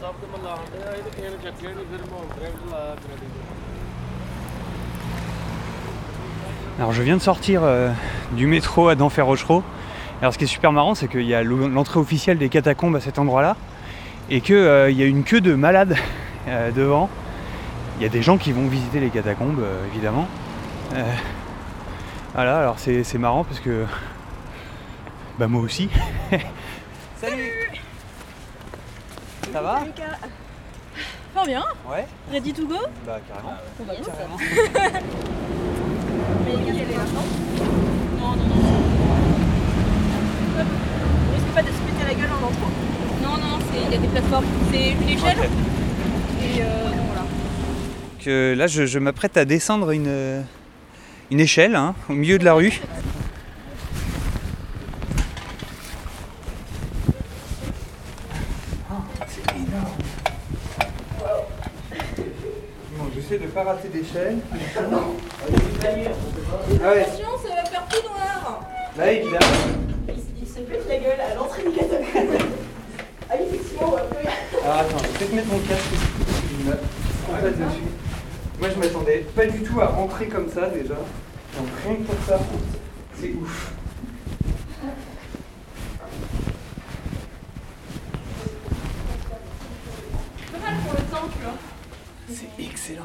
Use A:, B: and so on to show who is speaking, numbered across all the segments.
A: ਸਭ ਦੇ ਮੱਲਾ ਆਂਦੇ ਆ ਇਹ ਤਾਂ ਕਿਸੇ ਨੇ ਚੱਕਿਆ ਨਹੀਂ ਫਿਰ ਮੋਹਨ ਡਰਾਈਵਰ ਲਾਇਆ ਕ੍ਰੈਡਿਟ
B: Alors je viens de sortir euh, du métro à Denfert-Rochereau. Alors ce qui est super marrant, c'est qu'il y a l'o- l'entrée officielle des catacombes à cet endroit-là et qu'il y a une queue de malades euh, devant. Il y a des gens qui vont visiter les catacombes, euh, évidemment. Euh, voilà, alors c'est c'est marrant parce que bah moi aussi. Salut. Ça va
C: Fort bien,
B: Ouais.
C: ready to go
B: Bah carrément.
C: Non, non, non. On risque pas de se péter la gueule en entrant Non, non, c'est- il y a des plateformes, c'est une échelle. Et euh, donc voilà.
B: que là je, je m'apprête à descendre une, euh, une échelle hein, au milieu de la rue. Ah, J'essaie de ne pas rater d'échelle. Ah ouais,
C: Attention, ça va faire tout noir
B: là évidemment.
D: Il se pète la gueule à l'entrée du catacombe. Ah, effectivement, après.
B: Alors attends, je vais peut-être mettre mon casque aussi, parce que je me- je me passe dessus. Moi je m'attendais pas du tout à rentrer comme ça déjà. Donc rien que pour ça, c'est ouf.
C: Pas mal pour le temps, tu vois.
B: C'est excellent.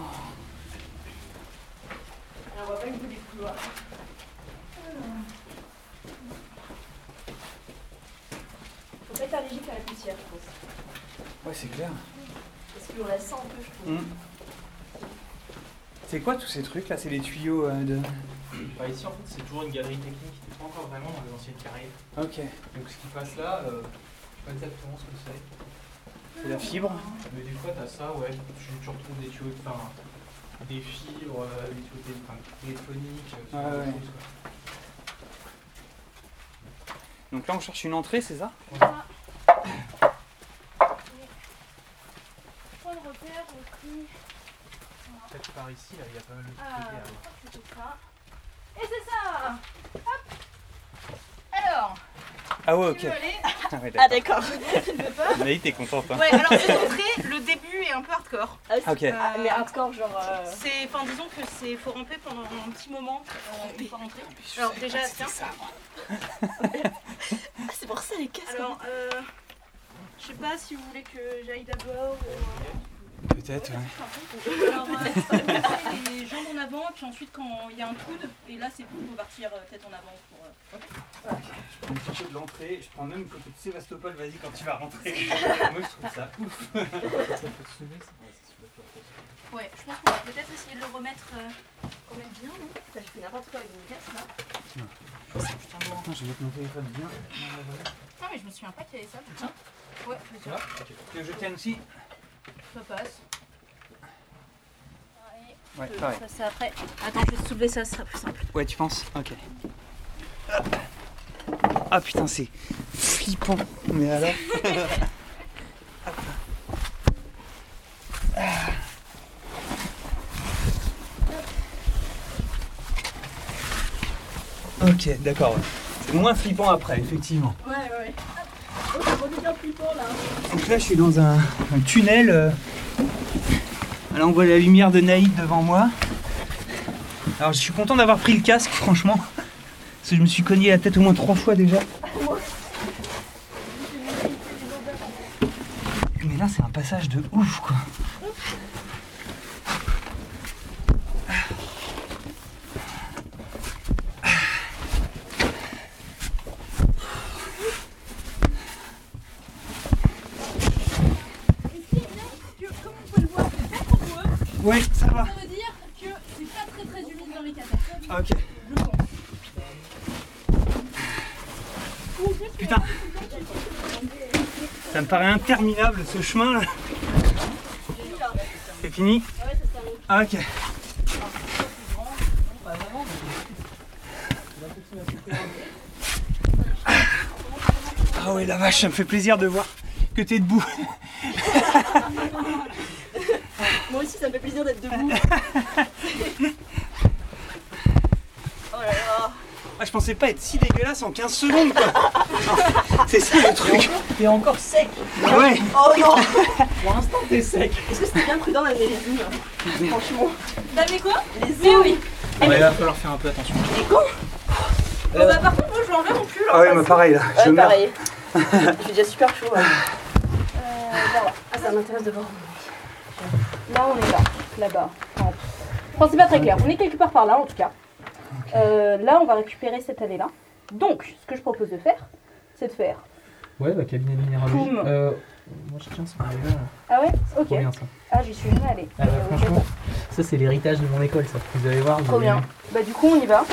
D: Alors, on va pas le bout des couloirs. Faut pas être allergique à la poussière, je pense.
B: Ouais, c'est clair.
D: Parce qu'on la sent un peu, je trouve.
B: Hum. C'est quoi tous ces trucs là C'est les tuyaux euh, de.
E: Bah ici en fait c'est toujours une galerie technique, c'était pas encore vraiment dans les anciennes carrières.
B: Ok.
E: Donc ce qui passe là, euh, je sais pas exactement ce que c'est.
B: C'est la fibre
E: Mais des fois t'as ça, ouais, tu, tu retrouves des tuyaux, de- enfin des fibres, euh, des tuyaux télé- enfin, téléphoniques, euh, ce genre
B: Ouais,
E: de
B: ouais.
E: choses, quoi.
B: Donc là on cherche une entrée, c'est ça
F: Point de repère aussi.
E: Peut-être par ici, là, il y a pas mal de
F: Ah,
E: trucs.
F: je
E: derrière.
F: crois que c'était ça. Et c'est ça Hop Alors,
B: Ah ouais,
F: tu
B: ok.
F: veux aller
B: Ah ouais,
D: Ah,
B: d'accord.
D: d'accord.
B: Naï, t'es contente hein
F: Ouais, alors les entrées, le début est un peu hardcore.
B: Ah, Ok.
F: Euh,
D: mais hardcore, genre. euh,
F: C'est, enfin disons que c'est, faut ramper pendant un petit moment euh, une fois rentré. Alors déjà, tiens,
D: Ah, c'est pour ça les casques.
F: alors euh, je sais pas si vous voulez que j'aille d'abord ou...
B: Peut-être, ouais.
F: Alors, euh, on fait les jambes en avant, puis ensuite quand il y a un coude, et là c'est pour partir euh, tête en avant. Pour, euh,
B: Je prends une photo de l'entrée, je prends même une photo de Sébastopol, vas-y quand tu vas rentrer. Moi je trouve ça ouf.
F: Ouais, je pense qu'on va peut-être essayer de le remettre. euh,
D: Combien bien, non Putain, je fais n'importe quoi avec mon casque, là.
B: Attends, je vais mettre mon téléphone bien.
F: Ah mais je me souviens pas qu'il y avait ça. Tiens. Ouais, je me souviens.
B: Que je tienne aussi
F: Ça passe.
B: Ah Ouais,
F: Euh,
B: pareil.
F: ça, c'est après. Attends, je vais te soulever ça, ça sera plus simple.
B: Ouais, tu penses Ok. Ah putain, c'est flippant. Mais alors Ok, d'accord. ouais. C'est moins flippant après, effectivement.
D: Ouais, ouais, ouais. Oh, ça redevient plus pour là.
B: Donc là, je suis dans un, un tunnel. euh. Là, on voit la lumière de Naïd devant moi. Alors, je suis content d'avoir pris le casque, franchement. Parce que je me suis cogné la tête au moins trois fois déjà. Mais là, c'est un passage de ouf, quoi.
F: Que, comme on peut le voir, c'est pas trop eux.
B: Ouais, ça va.
F: Ça veut dire que c'est pas très très humide dans les catacombes.
B: Ah, Ok. Putain. Ça me paraît interminable ce chemin là. C'est fini Ah ok. Ah ouais la vache, ça me fait plaisir de voir que t'es debout.
D: Moi aussi, ça me fait plaisir d'être debout. oh là là.
B: Ah, je pensais pas être si dégueulasse en 15 secondes quoi C'est ça le truc
D: T'es encore sec
B: Ouais
D: Oh non
A: Pour l'instant, t'es sec.
D: Est-ce que c'était bien prudent d'amener les œufs hein Franchement,
F: T'avais quoi
D: les œufs,
F: Bah, Mais oui.
E: Ouais, il va falloir faire un peu attention.
D: les gants
F: Bon, bah, par contre, moi, je l'enlève mon pull.
B: Ah ouais, mais pareil là, je
D: Ouais,
B: meurs.
D: pareil. J'ai déjà super chaud. ouais. Ah, ça m'intéresse de voir.
C: Là, on est là, là-bas. Enfin, enfin, c'est pas très clair. On est quelque part par là, en tout cas. Euh, là, on va récupérer cette année-là. Donc, ce que je propose de faire, c'est de faire.
E: Ouais, bah, cabinet de minéralogie.
C: Poum.
E: Euh, moi, je tiens ça. mais là,
C: Ah ouais
E: c'est trop
C: Ok.
E: bien, ça.
C: Ah, j'y suis jamais allée.
E: Ah, bah,
C: Euh,
E: franchement, ça, c'est l'héritage de mon école, ça. Vous allez voir. vous
C: Trop
E: allez-
C: bien. Bah du coup on y va.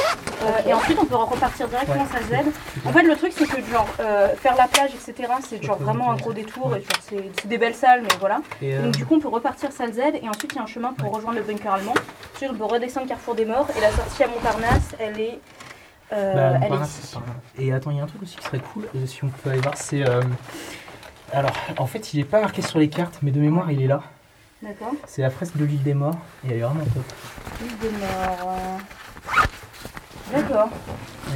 C: Euh, et ensuite on peut repartir directement
E: Ouais.
C: sur Z. En fait le truc c'est que genre euh, faire la plage etc c'est genre vraiment un gros détour et genre c'est c'est des belles salles mais voilà.
E: Et, euh,
C: Donc du coup on peut repartir sur Z et ensuite il y a un chemin pour rejoindre le bunker allemand. Ensuite on peut redescendre Carrefour des Morts et la sortie à Montparnasse elle est... euh,
E: Bah,
C: elle est
E: Montparnasse,
C: ici.
E: c'est par là. Et attends, il y a un truc aussi qui serait cool, euh, si on peut aller voir, c'est... euh, Alors, en fait, il est pas marqué sur les cartes, mais de mémoire, il est là.
C: D'accord.
E: C'est la fresque de l'île des morts, et elle est vraiment top.
C: Île des Morts. euh. D'accord.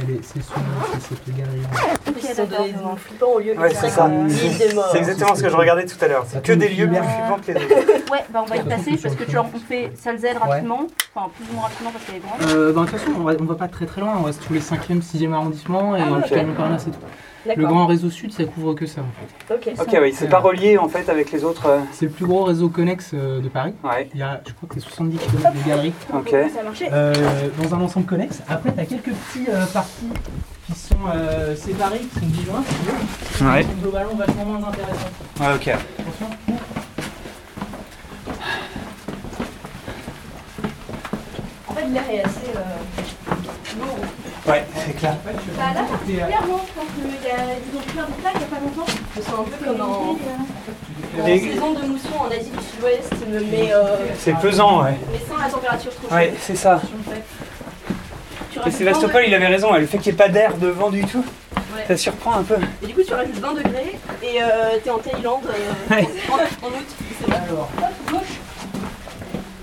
E: Elle est... C'est sous c'est cette galerie.
C: Ok
D: Ils sont
C: d'accord.
D: donnés
C: je vois.
D: des flippants au lieu de
B: Ouais, c'est ça.
D: L'île des morts.
B: C'est exactement ce que je regardais tout à l'heure. C'est que des lieux bien flippants que les autres.
C: Ouais bah on va y
E: Surtout
C: passer
E: sur
C: parce
E: le
C: que
E: chemin.
C: genre on fait Salz rapidement. Enfin plus ou moins rapidement parce qu'elle est grande.
E: Euh, bah, de toute façon, on va, on va pas très très loin, on reste tous les 5e, 6e arrondissements, et
C: Ah,
E: on
C: ok.
E: termine par là, c'est tout. Le
C: D'accord.
E: grand réseau sud, ça couvre que ça, en fait.
D: Ok.
B: Ok, ouais, il s'est pas relié en fait avec les autres. euh,
E: C'est le plus gros réseau connexe euh, de Paris.
B: Ouais,
E: Il y a, je crois que c'est 70 km de galeries.
B: ok.
C: Ça a marché.
E: Euh, dans un ensemble connexe. Après, tu as quelques petits euh, parties qui sont euh, séparées, qui sont disjointes, si tu veux, qui
B: Ouais.
E: sont globalement vachement moins intéressantes.
B: Ouais, ok.
E: Attention.
D: En fait, l'air est assez. euh,
B: Ouais, c'est clair.
C: Bah là, particulièrement, je pense qu'il y a ils ont pris un détail il n'y a pas longtemps.
D: Je sens un peu comme en, en
B: Et-
D: hein. saison de mousson en Asie du Sud-Ouest, mais, euh,
B: C'est pesant, ouais.
D: mais sans la température trop chaude.
B: Ouais, c'est ça.
D: Tu
B: Et
D: rajoutes 20
B: Sébastopol, il avait raison, ouais, le fait qu'il n'y ait pas d'air devant du tout,
D: Ouais.
B: ça surprend un peu.
D: degrés- Et du coup, tu rajoutes 20 degrés et euh, t'es en Thaïlande euh,
E: Ouais.
D: en, en août. C'est pas
E: Alors,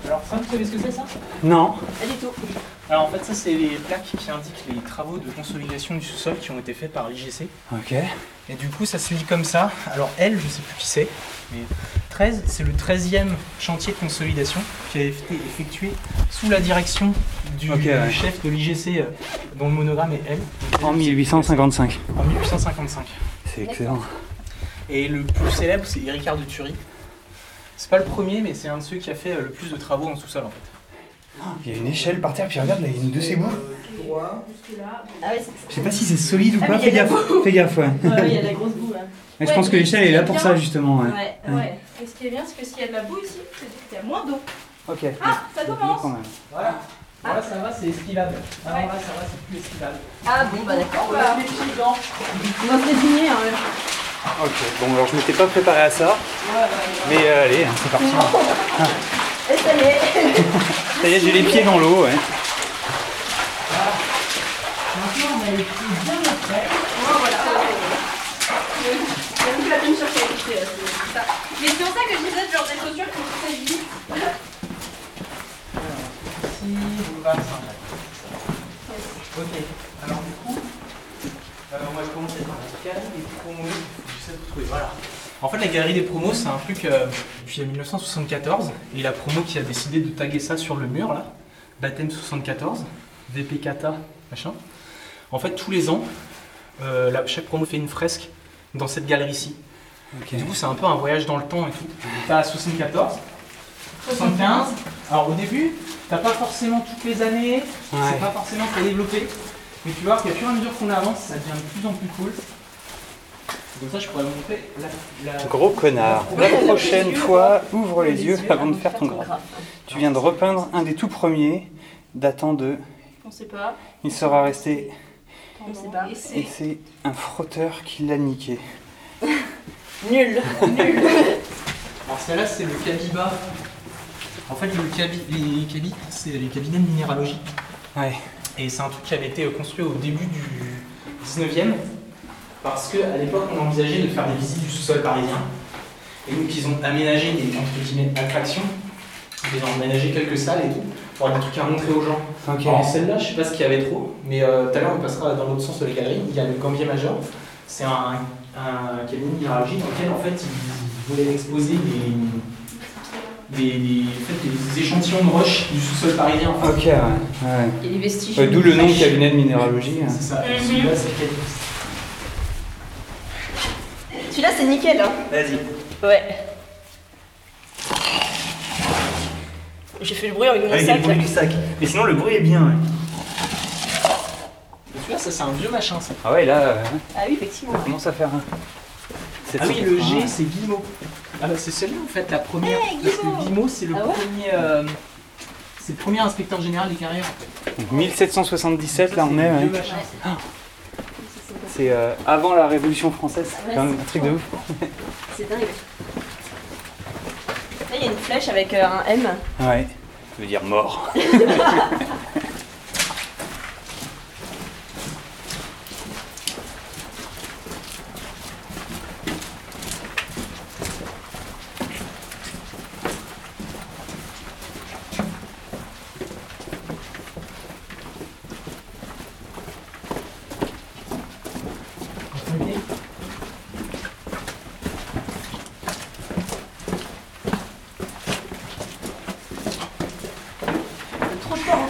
E: alors ça, vous savez ce que c'est ça
B: Non.
D: pas du tout.
E: Alors en fait, ça, c'est les plaques qui indiquent les travaux de consolidation du sous-sol qui ont été faits par l'IGC.
B: Ok.
E: Et du coup, ça se lit comme ça. Alors, elle, je sais plus qui c'est, mais 13, c'est le 13e chantier de consolidation qui a été effectué sous la direction du
B: Ok, ouais.
E: chef de l'IGC, euh, dont le monogramme est elle.
B: En 1855.
E: En 1855.
B: C'est excellent.
E: Et le plus célèbre, c'est Ricard de Thury. C'est pas le premier, mais c'est un de ceux qui a fait euh, le plus de travaux en sous-sol en fait.
B: Il y a une échelle par terre, puis regarde, là, il y a une de ces bouts.
D: Ah ouais, c'est-
B: Je sais pas si c'est solide ou
D: Ah,
B: pas,
D: mais il
B: fais
D: y a
B: gaffe. Fais gaffe, ouais.
D: ouais, ouais, il y a de la grosse boue là.
B: Mais je pense que l'échelle est là pour ça, justement. Ouais.
D: Ouais.
F: Ouais. Et ce qui est bien, c'est que s'il y a de la boue ici, c'est qu'il y a moins d'eau.
B: Ok.
F: Ah, ça commence
B: Quand même.
E: Voilà. Là, Ah, ça va, c'est esquivable. Alors là, ça va, c'est plus esquivable.
D: Ah bon, bah d'accord.
E: Voilà, les petits gens.
D: On va se résigner. Hein.
B: Ok, bon, alors je m'étais pas préparé à ça, mais euh, allez, hein, c'est parti.
D: Et ça y est.
B: Ça y est, j'ai les pieds dans l'eau, ouais.
E: Maintenant, on a les petits bien après.
D: J'ai vu la même chose qu'elle était, euh, c'est-
F: Mais c'est pour ça que je disais, genre, des chaussures qui sont très vite.
E: Ici, boulevard Saint-Jacques. Ok, alors du coup, euh, moi je commence par la galerie des promos. J'essaie de trouver, voilà. En fait, la galerie des promos, c'est un truc euh, depuis 1974. Et la promo qui a décidé de taguer ça sur le mur, là, Baptême 74, VP Kata, machin. En fait, tous les ans, euh, la- chaque promo fait une fresque dans cette galerie-ci.
B: Ok.
E: Du coup, c'est un peu un voyage dans le temps et tout. T'as 74, 75. Alors au début, t'as pas forcément toutes les années,
B: Ouais.
E: c'est pas forcément très développé. Mais tu vois qu'à fur et à mesure qu'on avance, ça devient de plus en plus cool. Comme ça, je pourrais vous montrer la. la-
B: Gros connard, la prochaine fois, ouvre les yeux avant de faire ton graphe. Tu viens de repeindre un des tout premiers, datant de...
F: On sait pas.
B: Il sera resté,
F: On sait pas. Et
B: et
F: c'est
B: c'est un frotteur qui l'a niqué.
D: Nul.
E: Alors celle-là, c'est le Kabiba. En fait, le cabi... les cabis, c'est les cabinets de minéralogie.
B: Ouais.
E: Et c'est un truc qui avait été euh, construit au début du 19e, parce qu'à l'époque, on envisageait de faire des visites du sous-sol parisien. Et donc, ils ont aménagé des entre guillemets, attractions, ils ont aménagé quelques salles et tout, Pour aller en tout cas montrer aux gens.
B: Ok.
E: Alors celle-là, je sais pas ce qu'il y avait trop, mais euh, tout à l'heure on passera dans l'autre sens de la galerie. Il y a le Gambier Major. C'est un, un cabinet de virologie dans lequel en fait ils voulaient exposer des, des, des- en fait, des échantillons de roches du sous-sol parisien. Enfin,
B: Ok, ouais. ouais.
G: Il y a des vestiges.
B: Euh, D'où le nom de cabinet de minéralogie. hein.
E: c'est ça.
F: Mhm.
E: Celui-là, c'est le cabinet.
G: Celui-là, c'est nickel. Hein.
E: Vas-y.
G: Ouais. J'ai fait le bruit avec mon sac. là.
E: du sac. Mais sinon, le bruit est bien. Tu vois, ça c'est un vieux machin ça.
B: Ah ouais, là, euh,
G: Ah oui, effectivement.
B: ça commence à faire. hein.
E: Ah oui, le G
B: Ah.
E: c'est Guillemot. Ah bah, c'est celui en fait, la première. parce que Guillemot c'est le
G: Ah ouais
E: premier. euh, c'est le premier inspecteur général des carrières.
B: Donc 1777, là on est.
E: C'est
B: ouais.
E: vieux machin.
B: C'est euh, avant la Révolution française.
G: Ah
B: C'est quand même un truc de ouf.
G: C'est dingue. Là, il y a une flèche avec euh, un M.
B: Ouais. Ça veut dire mort.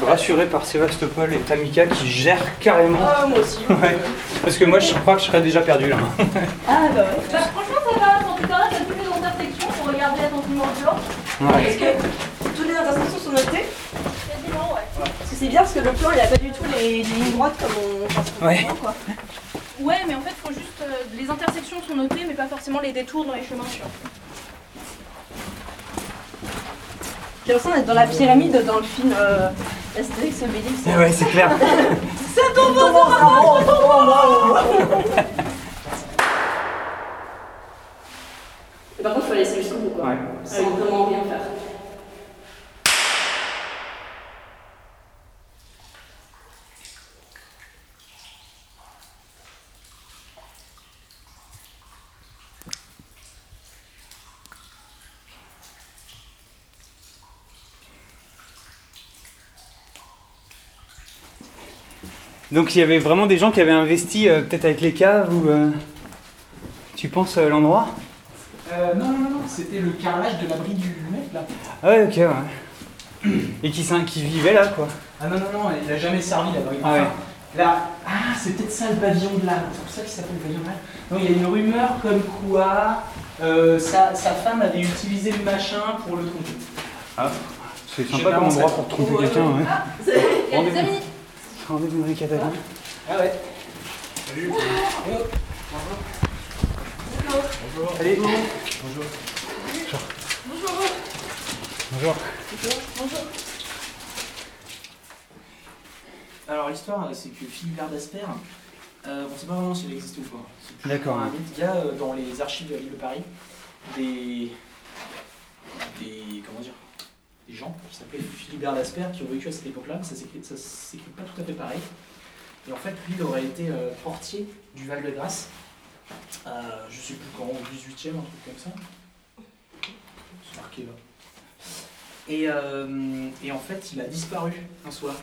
B: Rassuré par Sébastopol et Tamika qui gèrent carrément.
G: Ah, moi aussi.
B: Ouais. Parce que moi je crois que je serais déjà perdu là.
G: Ah, bah ouais.
F: Bah, franchement, ça va. En tout cas, t'as toutes les intersections pour regarder attentivement le plan.
B: Ouais.
G: Parce que toutes les intersections sont notées.
F: Quasiment, ouais.
G: Parce que c'est bien parce que le plan, il a pas du tout les, les lignes droites comme on pense
B: Ouais.
G: souvent, quoi.
F: Ouais, mais en fait, faut juste. euh, les intersections sont notées, mais pas forcément les détours dans les chemins sûrs.
G: J'ai l'impression d'être dans la pyramide dans le film euh, Astérix Obélix.
B: Eh Ouais, c'est clair.
G: Et Par contre, il faut laisser jusqu'au bout, quoi.
B: Ouais.
G: Sans vraiment rien faire.
B: Donc il y avait vraiment des gens qui avaient investi euh, peut-être avec les caves ou. euh, Tu penses euh, l'endroit
E: Euh, non, non, non, non, c'était le carrelage de l'abri du mec là.
B: Ah ouais, ok, ouais. Et qui, s'in- qui vivaient là quoi.
E: Ah non, non, non, il a jamais servi l'abri.
B: Ah ouais.
E: Enfin, Là, ah, c'est peut-être ça le pavillon de là. C'est pour ça qu'il s'appelle le pavillon de là. Non, il y a une rumeur comme quoi euh, sa, sa femme avait utilisé le machin pour le tromper.
B: C'est sympa
E: Généralement,
B: comme endroit
E: ça-
B: pour tromper quelqu'un, ouais.
F: Et les
B: Rendez-vous.
F: amis,
B: Rendez-vous dans les catacombes.
E: Ah ouais. Salut.
B: Allez.
F: bonjour.
B: Bonjour.
E: Alors l'histoire, euh, c'est que Philibert d'Asper, euh, on ne sait pas vraiment s'il existe ou pas. C'est plus
B: D'accord,
E: un
B: ouais.
E: mythe. Il y a euh, dans les archives de la ville de Paris des, des comment dire, des gens qui s'appelaient Philibert d'Asper qui ont vécu à cette époque-là, mais ça s'écrit ça s'écrit pas tout à fait pareil. Et en fait, lui, il aurait été euh, portier du Val de Grâce, euh, je sais plus quand, au 18e, un truc comme ça. C'est marqué là. Et, euh, et en fait, il a disparu un soir.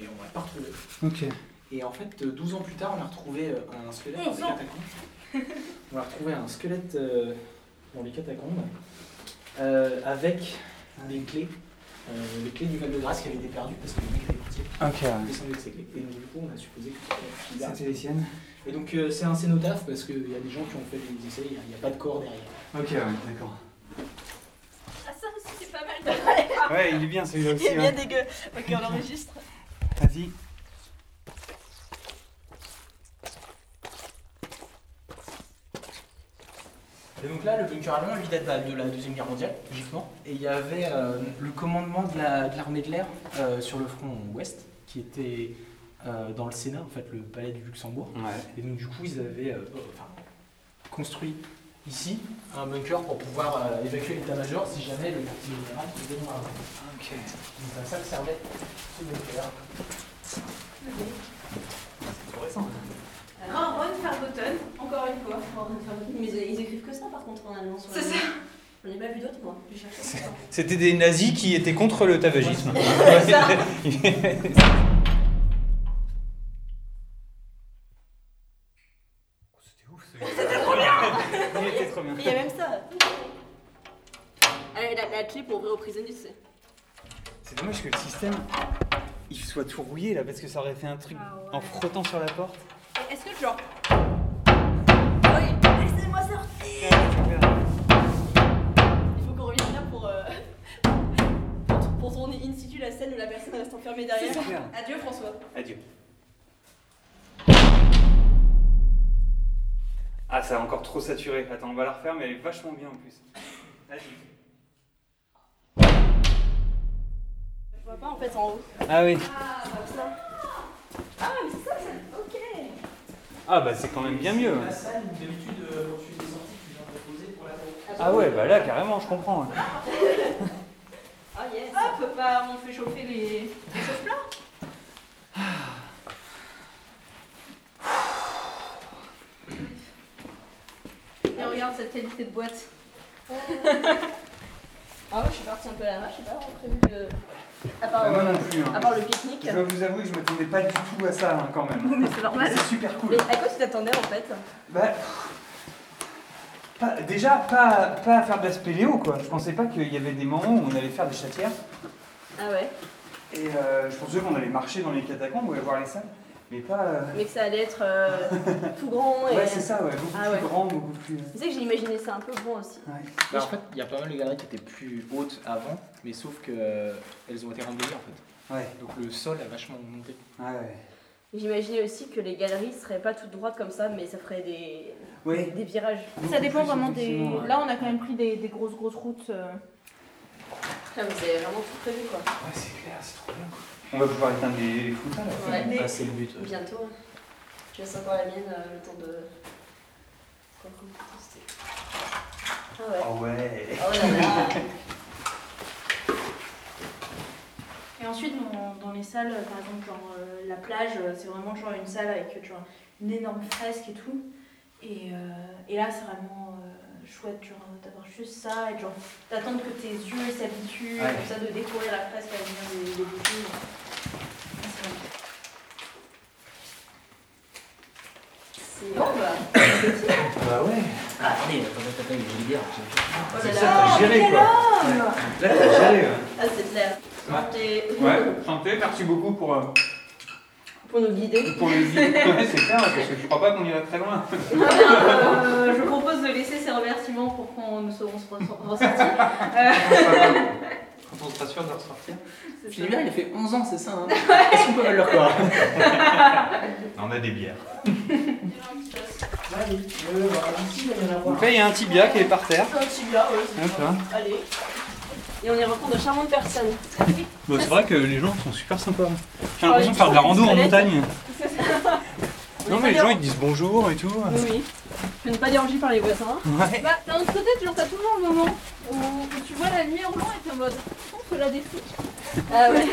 E: Et on l'a pas retrouvé.
B: Ok.
E: Et en fait, euh, 12 ans plus tard, on a retrouvé euh, un squelette dans les
F: Onze ans.
E: catacombes. On a retrouvé un squelette euh, dans les catacombes euh, avec des clés, euh, les clés du Val de Grâce qui avaient été perdues parce que le mec était parti,
B: Ok,
E: il
B: ouais.
E: est descendu avec ses clés. Et donc, du coup, on a supposé que c'était un
B: C'était
E: Philibert.
B: les siennes
E: Et donc, euh, c'est un cénotaphe parce qu'il y a des gens qui ont fait des essais, il n'y a, pas de corps derrière.
B: Ok, ouais, d'accord.
F: Ah, ça aussi, c'est pas mal.
B: Ouais, il est bien celui-là
G: Ah. Il
B: aussi.
G: est bien
B: ouais.
G: dégueu. Ok, on enregistre.
B: Vas-y.
E: Et donc là, le bunker allemand, lui, date de la- de la Deuxième Guerre mondiale, logiquement. Et il y avait euh, le commandement de la- de l'armée de l'air euh, sur le front ouest, qui était euh, dans le Sénat, en fait, le palais du Luxembourg.
B: Ouais.
E: Et donc, du coup, ils avaient euh, euh, enfin, construit ici un bunker pour pouvoir euh, évacuer l'état-major si jamais le quartier général faisait une armée.
B: Ok.
E: Donc, à ça que servait ce bunker. C'est tout récent.
F: Ron Verboten, encore une fois.
G: Mais ils écrivent que ça par contre en allemand sur
F: C'est ça.
D: J'en ai pas vu d'autres, moi. J'ai cherché.
E: C'était des nazis qui étaient contre le tabagisme.
B: Oh, C'était ouf C'était trop bien Il était trop bien.
D: Il y a même ça. Elle a la clé pour ouvrir aux prisonniers, tu sais.
B: C'est dommage que le système il soit tout rouillé là parce que ça aurait fait un truc en frottant sur la porte.
F: Est-ce que genre
D: Ah Laissez-moi sortir
F: Il faut qu'on revienne là pour, euh, pour- pour tourner in situ la scène où la personne reste enfermée derrière. Adieu François.
B: Adieu. Ah ça a encore trop saturé. Attends, on va la refaire mais elle est vachement bien en plus. Vas-y.
F: Je vois pas en fait en haut.
B: Ah oui.
F: Ah mais c'est ça, ok.
B: Ah bah c'est quand même bien mieux.
E: La salle, où d'habitude, euh, quand tu fais des sorties, tu viens te poser pour la
B: Ah ouais bah là carrément je comprends.
D: Ah yes
F: Ah, on peut pas, on fait chauffer les, les chauffe-plats. Et regarde cette qualité de boîte.
D: Ah ouais, je suis partie un peu à la marche, j'ai pas vraiment prévu de. À part, euh,
B: moi non plus. hein.
D: à part le pique-nique.
B: Je dois vous avouer que je m'attendais pas du tout à ça hein, quand même.
D: Mais c'est normal.
B: C'est super cool.
D: Mais à quoi tu t'attendais en fait
B: Bah. pas- déjà, pas, pas à faire de la spéléo, quoi. Je pensais pas qu'il y avait des moments où on allait faire des chatières.
D: Ah ouais
B: Et euh, je pensais qu'on allait marcher dans les catacombes ou aller voir les salles. Mais pas. euh,
D: Mais que ça allait être euh, tout grand et.
B: Ouais, c'est ça, ouais. Beaucoup
D: Ah
B: plus
D: ouais.
B: grand, beaucoup plus. euh, Ouais.
D: Tu sais que j'ai imaginé ça un peu grand aussi.
E: Bah, en fait, il y a pas mal de galeries qui étaient plus hautes avant, mais sauf qu'elles ont été renvoyées en fait.
B: Ouais,
E: Donc le sol a vachement monté.
B: ouais.
D: J'imaginais aussi que les galeries seraient pas toutes droites comme ça, mais ça ferait des,
B: Ouais.
D: des virages.
B: Beaucoup
C: Ça dépend
B: plus,
C: vraiment des.
B: effectivement, ouais.
C: Là, on a quand même pris des, des grosses, grosses routes. euh.
D: Ah, mais c'est vraiment tout prévu quoi.
E: Ouais, c'est clair, c'est trop bien.
B: On va pouvoir éteindre les, les foutins, là.
D: Ouais.
E: Bah, c'est le but. ouais.
D: Bientôt. hein. Je laisse encore la mienne euh, le temps de. Ah ouais.
B: Ah ouais.
D: Oh là là.
F: Et ensuite, dans, dans les salles, euh, par exemple, genre euh, la plage, euh, c'est vraiment genre une salle avec euh, genre, une énorme fresque et tout. Et, euh, et là, c'est vraiment euh, chouette genre, d'avoir juste ça et de, genre d'attendre que tes yeux s'habituent,
B: Ouais.
F: comme ça, de découvrir la fresque à venir des, des bougies. Ah, c'est vraiment chouette.
D: C'est bon bah.
B: Bah ouais.
H: Ah, attendez, attendez, attendez, il y a une bière.
D: Oh là
B: C'est ça,
D: là.
C: Ah,
B: t'as géré, quoi. Ouais. Là, t'as géré, hein. ouais.
D: Ah, c'est clair. T'es-
B: Ouais, chanté, merci beaucoup pour, euh,
D: Pour nous guider.
B: pour les idées. Ouais, c'est clair, parce que je crois pas qu'on ira très loin.
F: Euh, je propose de laisser ces remerciements pour qu'on nous serons ressentis.
E: Quand on sera sûr de ressortir.
H: J'ai bien, il a fait 11 ans, c'est ça. Hein Est-ce qu'on peut mal leur corps
B: On a des bières.
E: Ouais, oui. Euh, bah, ici, il va y en avoir.
B: Donc là, il y a un tibia qui est par terre.
D: Un petit gars, ouais, c'est
B: Hop, là.
D: Allez. Et on y rencontre de charmantes personnes.
B: Bah, c'est vrai que les gens sont super sympas. J'ai
D: Ah, ils
B: l'impression de faire de la rando en montagne. Non, mais les
D: pas
B: gens ils disent bonjour et tout.
D: Oui, oui. Je ne pas déranger par les voisins.
B: Ouais.
C: Bah, d'un autre côté, genre, t'as toujours le moment où, où tu vois la nuit en blanc et t'es en mode, on se la défie.
D: Ah ouais.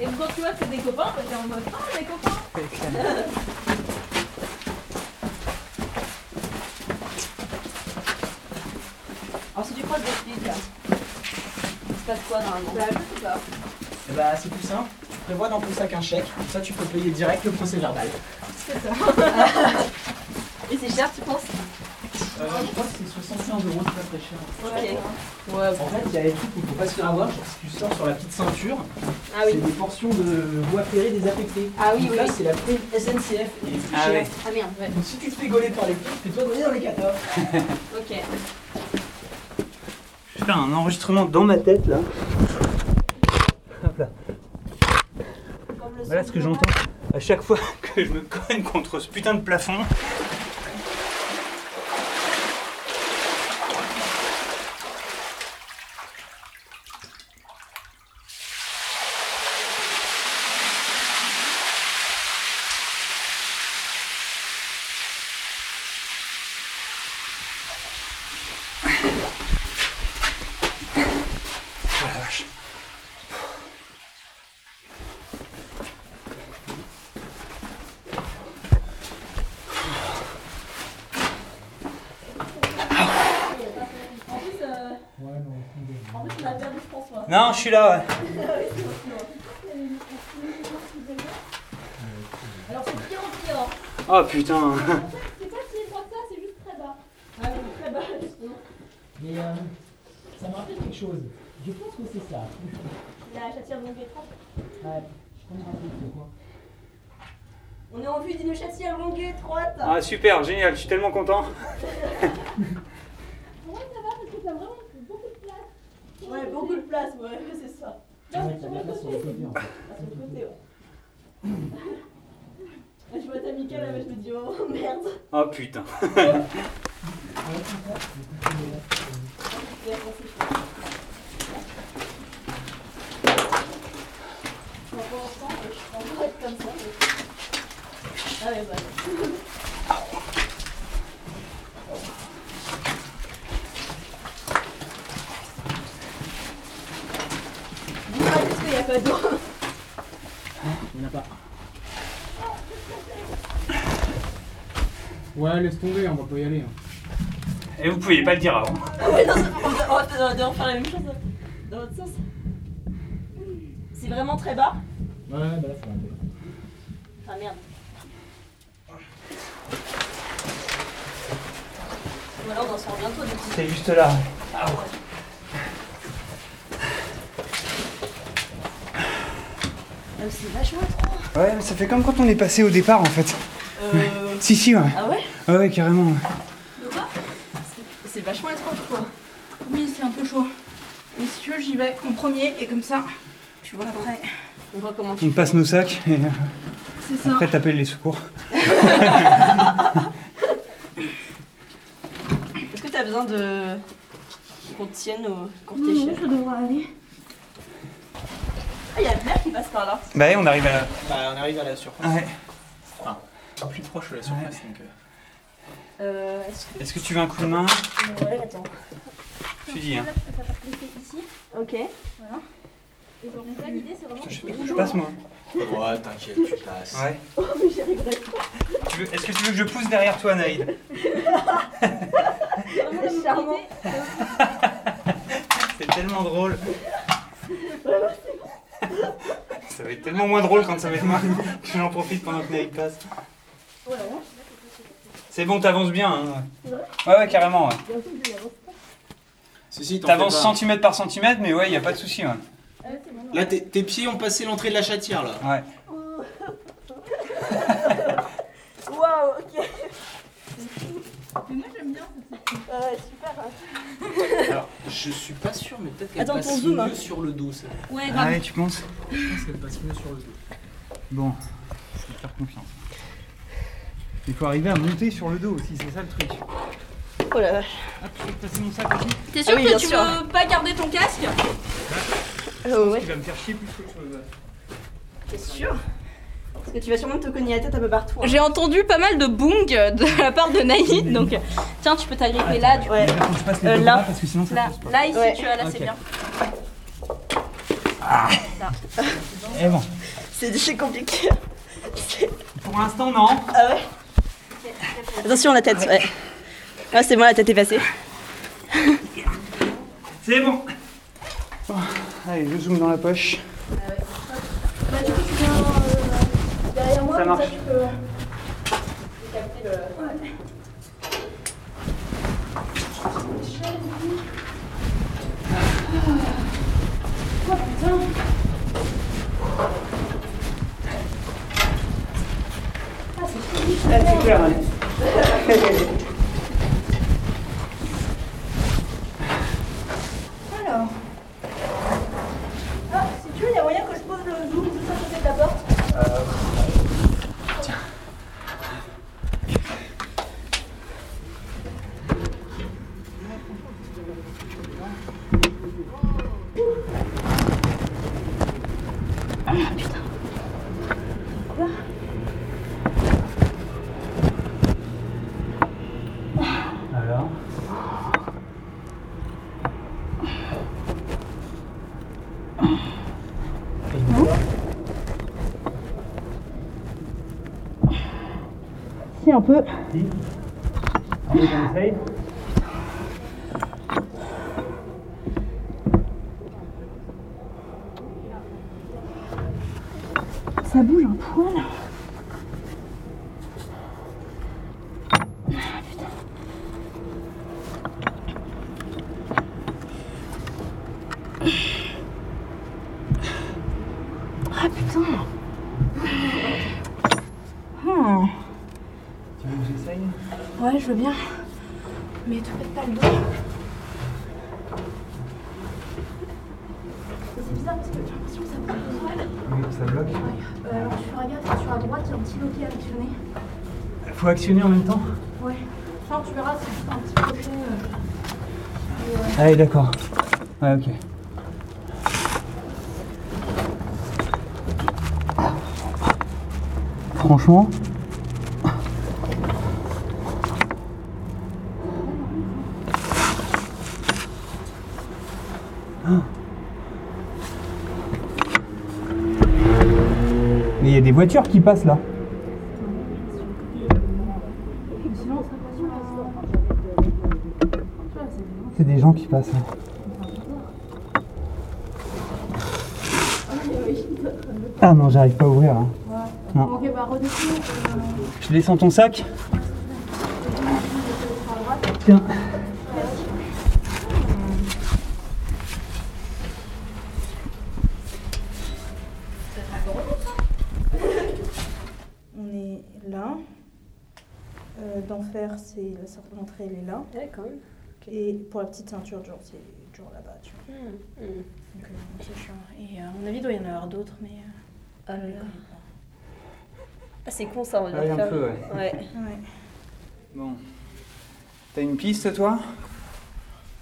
C: Et quand tu vois que c'est des copains, bah, t'es en mode, ah, mes copains.
D: Alors si tu crois des filles, là, il se passe quoi normalement
C: Bah, je sais pas.
H: Eh Bah, c'est plus simple. Prévois dans ton sac un chèque. Comme ça, tu peux payer direct le procès verbal.
D: Et c'est cher, tu penses
H: Euh, je crois que c'est 75 euros, c'est pas très cher.
D: Ok.
H: En fait, il y a des trucs qu'on peut pas se faire avoir. Genre, si tu sors sur la petite ceinture,
D: Ah
H: c'est
D: oui.
H: des portions de voies ferrées désaffectées.
D: Ah oui,
H: Donc
D: oui.
H: Là, c'est la prime SNCF et c'est plus
B: Ah
H: cher.
B: ouais.
D: Ah merde, ouais.
H: Donc, si tu te fais gauler par les flics, tu toi donner dans les 14.
D: Ok.
B: Je vais faire un enregistrement dans ma tête là. Hop là. Voilà ce que j'entends à chaque fois que je me cogne contre ce putain de plafond.
C: euh,
E: Non, je suis là, ouais.
I: Alors c'est pire en pire.
B: Oh putain
I: C'est pas si étroit que ça, c'est juste très bas.
J: Ah oui.
I: Très bas, justement.
J: Mais euh, ça me rappelle quelque chose. Je pense que c'est ça.
I: Là, j'attire mon écran.
J: Ouais, je crois me rappeler de quoi.
I: On est en vue d'une châtière longue et étroite.
B: Ah super, génial, je suis tellement content.
I: Pour moi, ça va parce que t'as vraiment beaucoup de place.
D: Ouais, beaucoup de place, ouais, c'est ça.
I: Non,
J: Ouais, t'as
I: sur
J: de la
I: le
J: place sur
I: côté.
J: le côté. en fait.
I: Ah, sur le côté, ouais. Je vois ta Mika là, mais je me dis oh merde.
B: Oh putain.
I: Merde, c'est chaud. Bon, pour l'instant, euh, je suis encore être comme ça. mais- Ah ouais, bah.
D: Dis-moi juste qu'il n'y a pas d'eau.
J: Il n'y en a pas. Ouais, laisse tomber, on va pas y aller. hein.
B: Et vous pouviez pas le dire avant.
D: Ouais, non, on va- on va- on va devoir faire la même chose euh, dans l'autre sens. C'est vraiment très bas
J: Ouais, bah là, ça va aller.
D: Ah merde. Ou alors on en sort bientôt du coup.
E: C'est juste là.
D: Ah, mais C'est vachement trop.
B: Ouais, mais ça fait comme quand on est passé au départ en fait.
D: Euh...
B: Si, si, ouais.
D: Ah ouais
B: Ouais, ouais, carrément.
D: C'est vachement étrange quoi.
F: Oui, c'est un peu chaud. Mais si tu veux, j'y vais en premier et comme ça, tu vois après.
D: On voit comment tu
B: On passe nos sacs et euh,
F: C'est ça.
B: après t'appelles les secours.
D: Est-ce que t'as besoin de. qu'on te tienne ou qu'on t'échelle
F: je devrais aller.
D: Ah, y'a le mer qui passe par là.
B: Bah ouais, on arrive à
E: Bah, on arrive à la surface.
B: la... Ah Ouais.
E: Plus proche de la surface, donc. euh,
D: Euh. Est-ce que.
B: Est-ce que tu veux un coup de main
D: Ouais, attends.
B: Je te dis, hein.
I: Là, parce que ça va cliquer ici.
D: Ok.
I: Et donc là, l'idée, c'est vraiment.
B: Je, je passe moi.
E: Ouais, t'inquiète, tu passes.
B: Ouais. Tu veux- Est-ce que tu veux que je pousse derrière toi, Naïd
I: C'est vraiment
D: C'est
I: la
D: charmant.
I: mobilité.
B: C'est tellement drôle. Ça va être tellement moins drôle quand ça va être moi. J'en profite pendant que Naïd passe. C'est bon, t'avances bien. hein. Ouais, ouais, carrément. Ouais.
E: Ceci, t'en fais
B: T'avances
E: pas.
B: centimètre par centimètre, mais ouais, y a pas de souci. ouais.
I: Euh, c'est bon,
E: Là, tes tes pieds ont passé l'entrée de la chatière, là.
B: Ouais.
D: Waouh, ok.
F: Mais moi, j'aime bien.
D: Ouais, super. hein.
E: Alors, je suis pas sûr, mais peut-être qu'elle
D: Attends,
E: passe
D: ton zoom,
E: mieux
D: hein.
E: sur le dos, ça.
F: Ouais,
B: Ah ouais, tu penses
E: Je pense qu'elle passe mieux sur le dos.
B: Bon, je vais te faire confiance. Il faut arriver à monter sur le dos aussi, c'est ça le truc.
D: Oh la vache.
B: Hop, je vais te passer mon sac aussi.
F: T'es sûr
D: Ah oui, bien
F: que tu
D: sûr.
F: veux pas garder ton casque
D: Euh, ouais.
B: Il va me faire chier plus que chose.
D: T'es sûr Parce que tu vas sûrement te cogner la tête un peu partout. hein.
K: J'ai entendu pas mal de boong de la part de Naïd, donc tiens, tu peux t'agripper là. tu-
D: Ouais.
B: Quand tu passes les
D: Euh,
B: deux
D: là.
B: bras, parce que sinon ça
K: Là,
B: passe pas.
K: là, ici,
D: Ouais.
K: tu as là, c'est bien.
B: Eh bon.
D: C'est c'est compliqué.
B: Pour l'instant, non.
D: Ah ouais Attention, la tête, ouais. Ah, c'est moi, la tête est passée.
B: C'est bon. Allez, je zoome dans la poche.
I: Bah, du coup, tu viens euh, derrière moi,
B: Ça
I: comme ça
B: marche.
I: tu peux. Ah, si tu veux, il y a moyen que je pose le zoom juste à côté de la porte.
B: Alors
D: Si, un peu.
B: On essaye
L: ça bouge un poil. Ah putain. Hmm.
B: Tu veux que j'essaye
L: Ouais, je veux bien. Mais te pète pas le dos.
M: C'est bizarre parce que j'ai l'impression que ça bouge tout seul.
B: Oui, ça bloque.
M: Euh, alors, tu fais gaffe, sur la droite, il y a un petit loquet actionné.
B: Faut actionner en même temps
M: Ouais. Enfin, tu verras, c'est juste un petit crochet. euh.
B: Allez, Ah d'accord. Ouais, ok. Franchement, mais il y a des voitures qui passent là. C'est des gens qui passent. hein. Ah non, j'arrive pas à ouvrir. hein. Non.
M: Ok, bah, redescends. euh,
B: Je descends ton sac.
M: sur la droite.
B: Tiens.
F: On est là. Euh, D'enfer, c'est la sortie d'entrée, elle est là.
D: Ouais, quand même.
F: Et pour la petite ceinture, genre, c'est toujours là-bas, tu vois.
M: Hmm,
F: Donc, euh, c'est chiant. Et euh, à mon avis, il doit y en avoir d'autres, mais. euh,
D: Ah,
F: là,
D: d'accord.
F: il part.
D: Ah, c'est con ça, on va
B: Ah oui, un
D: faire.
B: peu, ouais.
D: ouais.
F: Ouais.
N: Bon. T'as une piste, toi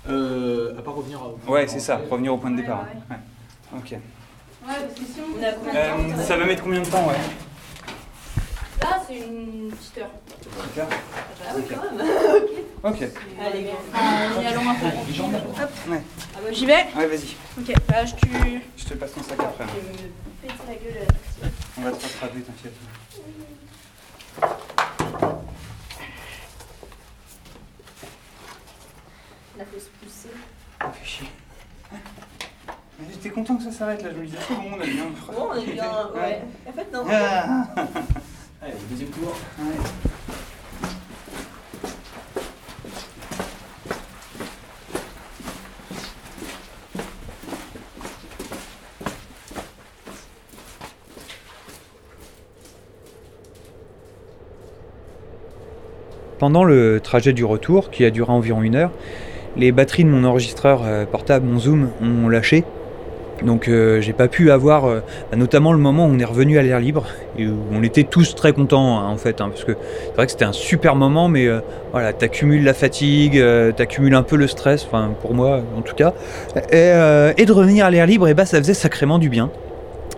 B: Euh, à part revenir à.
N: Ouais, c'est ça, revenir au point de
F: Ouais,
N: départ.
F: ouais.
N: Ouais. Ok.
F: Ouais, parce que si on.
D: On a combien de
N: Euh, ça va mettre combien de temps, ouais
F: Là, c'est une petite heure.
D: Ah, oui, quand même.
N: Ok.
D: Allez, go.
F: Enfin, y allons un peu.
D: ouais.
F: J'y vais
N: Ouais, vas-y.
F: Ok, bah, je tue.
N: Je te passe ton sac après.
F: Je me pète la
M: euh,
F: gueule.
N: On va te rattraper, t'inquiète.
D: La fausse poussée.
N: Ah, fais chier. Mais J'étais content que ça s'arrête là, je me disais, c'est bon, on a bien.
D: Bon, on est bien. Ouais. En fait, non.
N: Ah.
B: Allez, deuxième tour.
N: Ouais. Pendant le trajet du retour, qui a duré environ une heure, les batteries de mon enregistreur euh, portable, mon zoom, ont lâché. Donc euh, j'ai pas pu avoir, euh, bah, notamment le moment où on est revenu à l'air libre, et où on était tous très contents hein, en fait, hein, parce que c'est vrai que c'était un super moment, mais euh, voilà, t'accumules la fatigue, euh, t'accumules un peu le stress, enfin pour moi en tout cas, et, euh, et de revenir à l'air libre, et bah ça faisait sacrément du bien.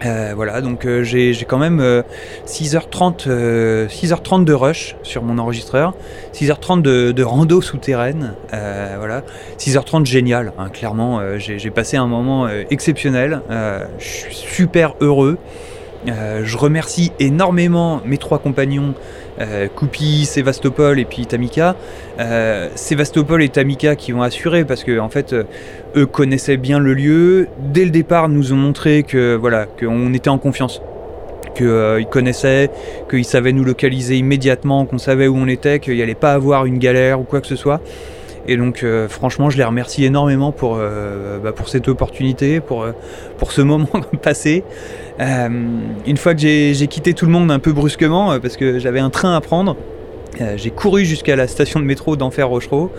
N: Euh, voilà, donc euh, j'ai j'ai quand même euh, 6h30, euh, 6h30 de rush sur mon enregistreur, 6h30 de, de rando souterraine, euh, voilà, 6h30 génial, hein, clairement, euh, j'ai j'ai passé un moment euh, exceptionnel, euh, je suis super heureux. Euh, je remercie énormément mes trois compagnons, euh, Koupi, Sévastopol et puis Tamika. Euh, Sévastopol et Tamika qui ont assuré parce que en fait, euh, eux connaissaient bien le lieu. Dès le départ, nous ont montré que voilà, qu'on était en confiance, qu'ils connaissaient, qu'ils savaient nous localiser immédiatement, qu'on savait où on était, qu'il n'y allait pas avoir une galère ou quoi que ce soit. Et donc, euh, franchement, je les remercie énormément pour, euh, bah, pour cette opportunité, pour, euh, pour ce moment passé. Euh, une fois que j'ai j'ai quitté tout le monde un peu brusquement, euh, parce que j'avais un train à prendre, euh, j'ai couru jusqu'à la station de métro d'Enfer Rochereau.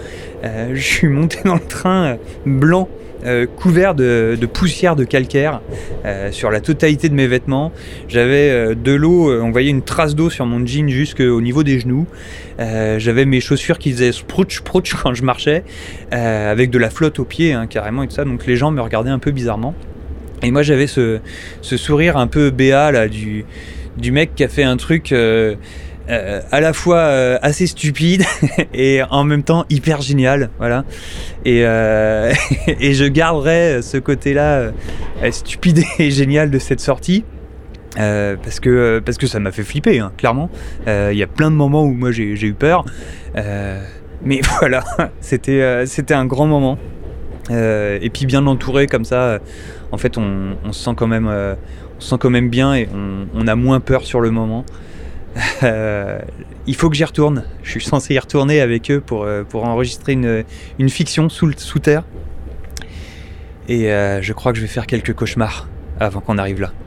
N: Euh, je suis monté dans le train euh, blanc. euh, couvert de, de poussière de calcaire euh, sur la totalité de mes vêtements. J'avais euh, de l'eau, euh, on voyait une trace d'eau sur mon jean jusqu'au niveau des genoux. Euh, J'avais mes chaussures qui faisaient sprouch sprouch quand je marchais, euh, avec de la flotte aux pieds hein, carrément et tout ça. Donc les gens me regardaient un peu bizarrement. Et moi j'avais ce, ce sourire un peu béat là du, du mec qui a fait un truc euh, euh, à la fois euh, assez stupide et en même temps hyper génial voilà et, euh, et je garderai ce côté là stupide et génial de cette sortie euh, parce que parce que ça m'a fait flipper hein, clairement Euh, il y a plein de moments où moi j'ai j'ai eu peur Euh, mais voilà c'était euh, c'était un grand moment Euh, et puis bien entouré comme ça en fait on, on se sent quand même euh, on se sent quand même bien et on, on a moins peur sur le moment. Euh, il faut que j'y retourne. Je suis censé y retourner avec eux pour, euh, pour enregistrer une, une fiction sous, le- sous terre. Et euh, je crois que je vais faire quelques cauchemars avant qu'on arrive là.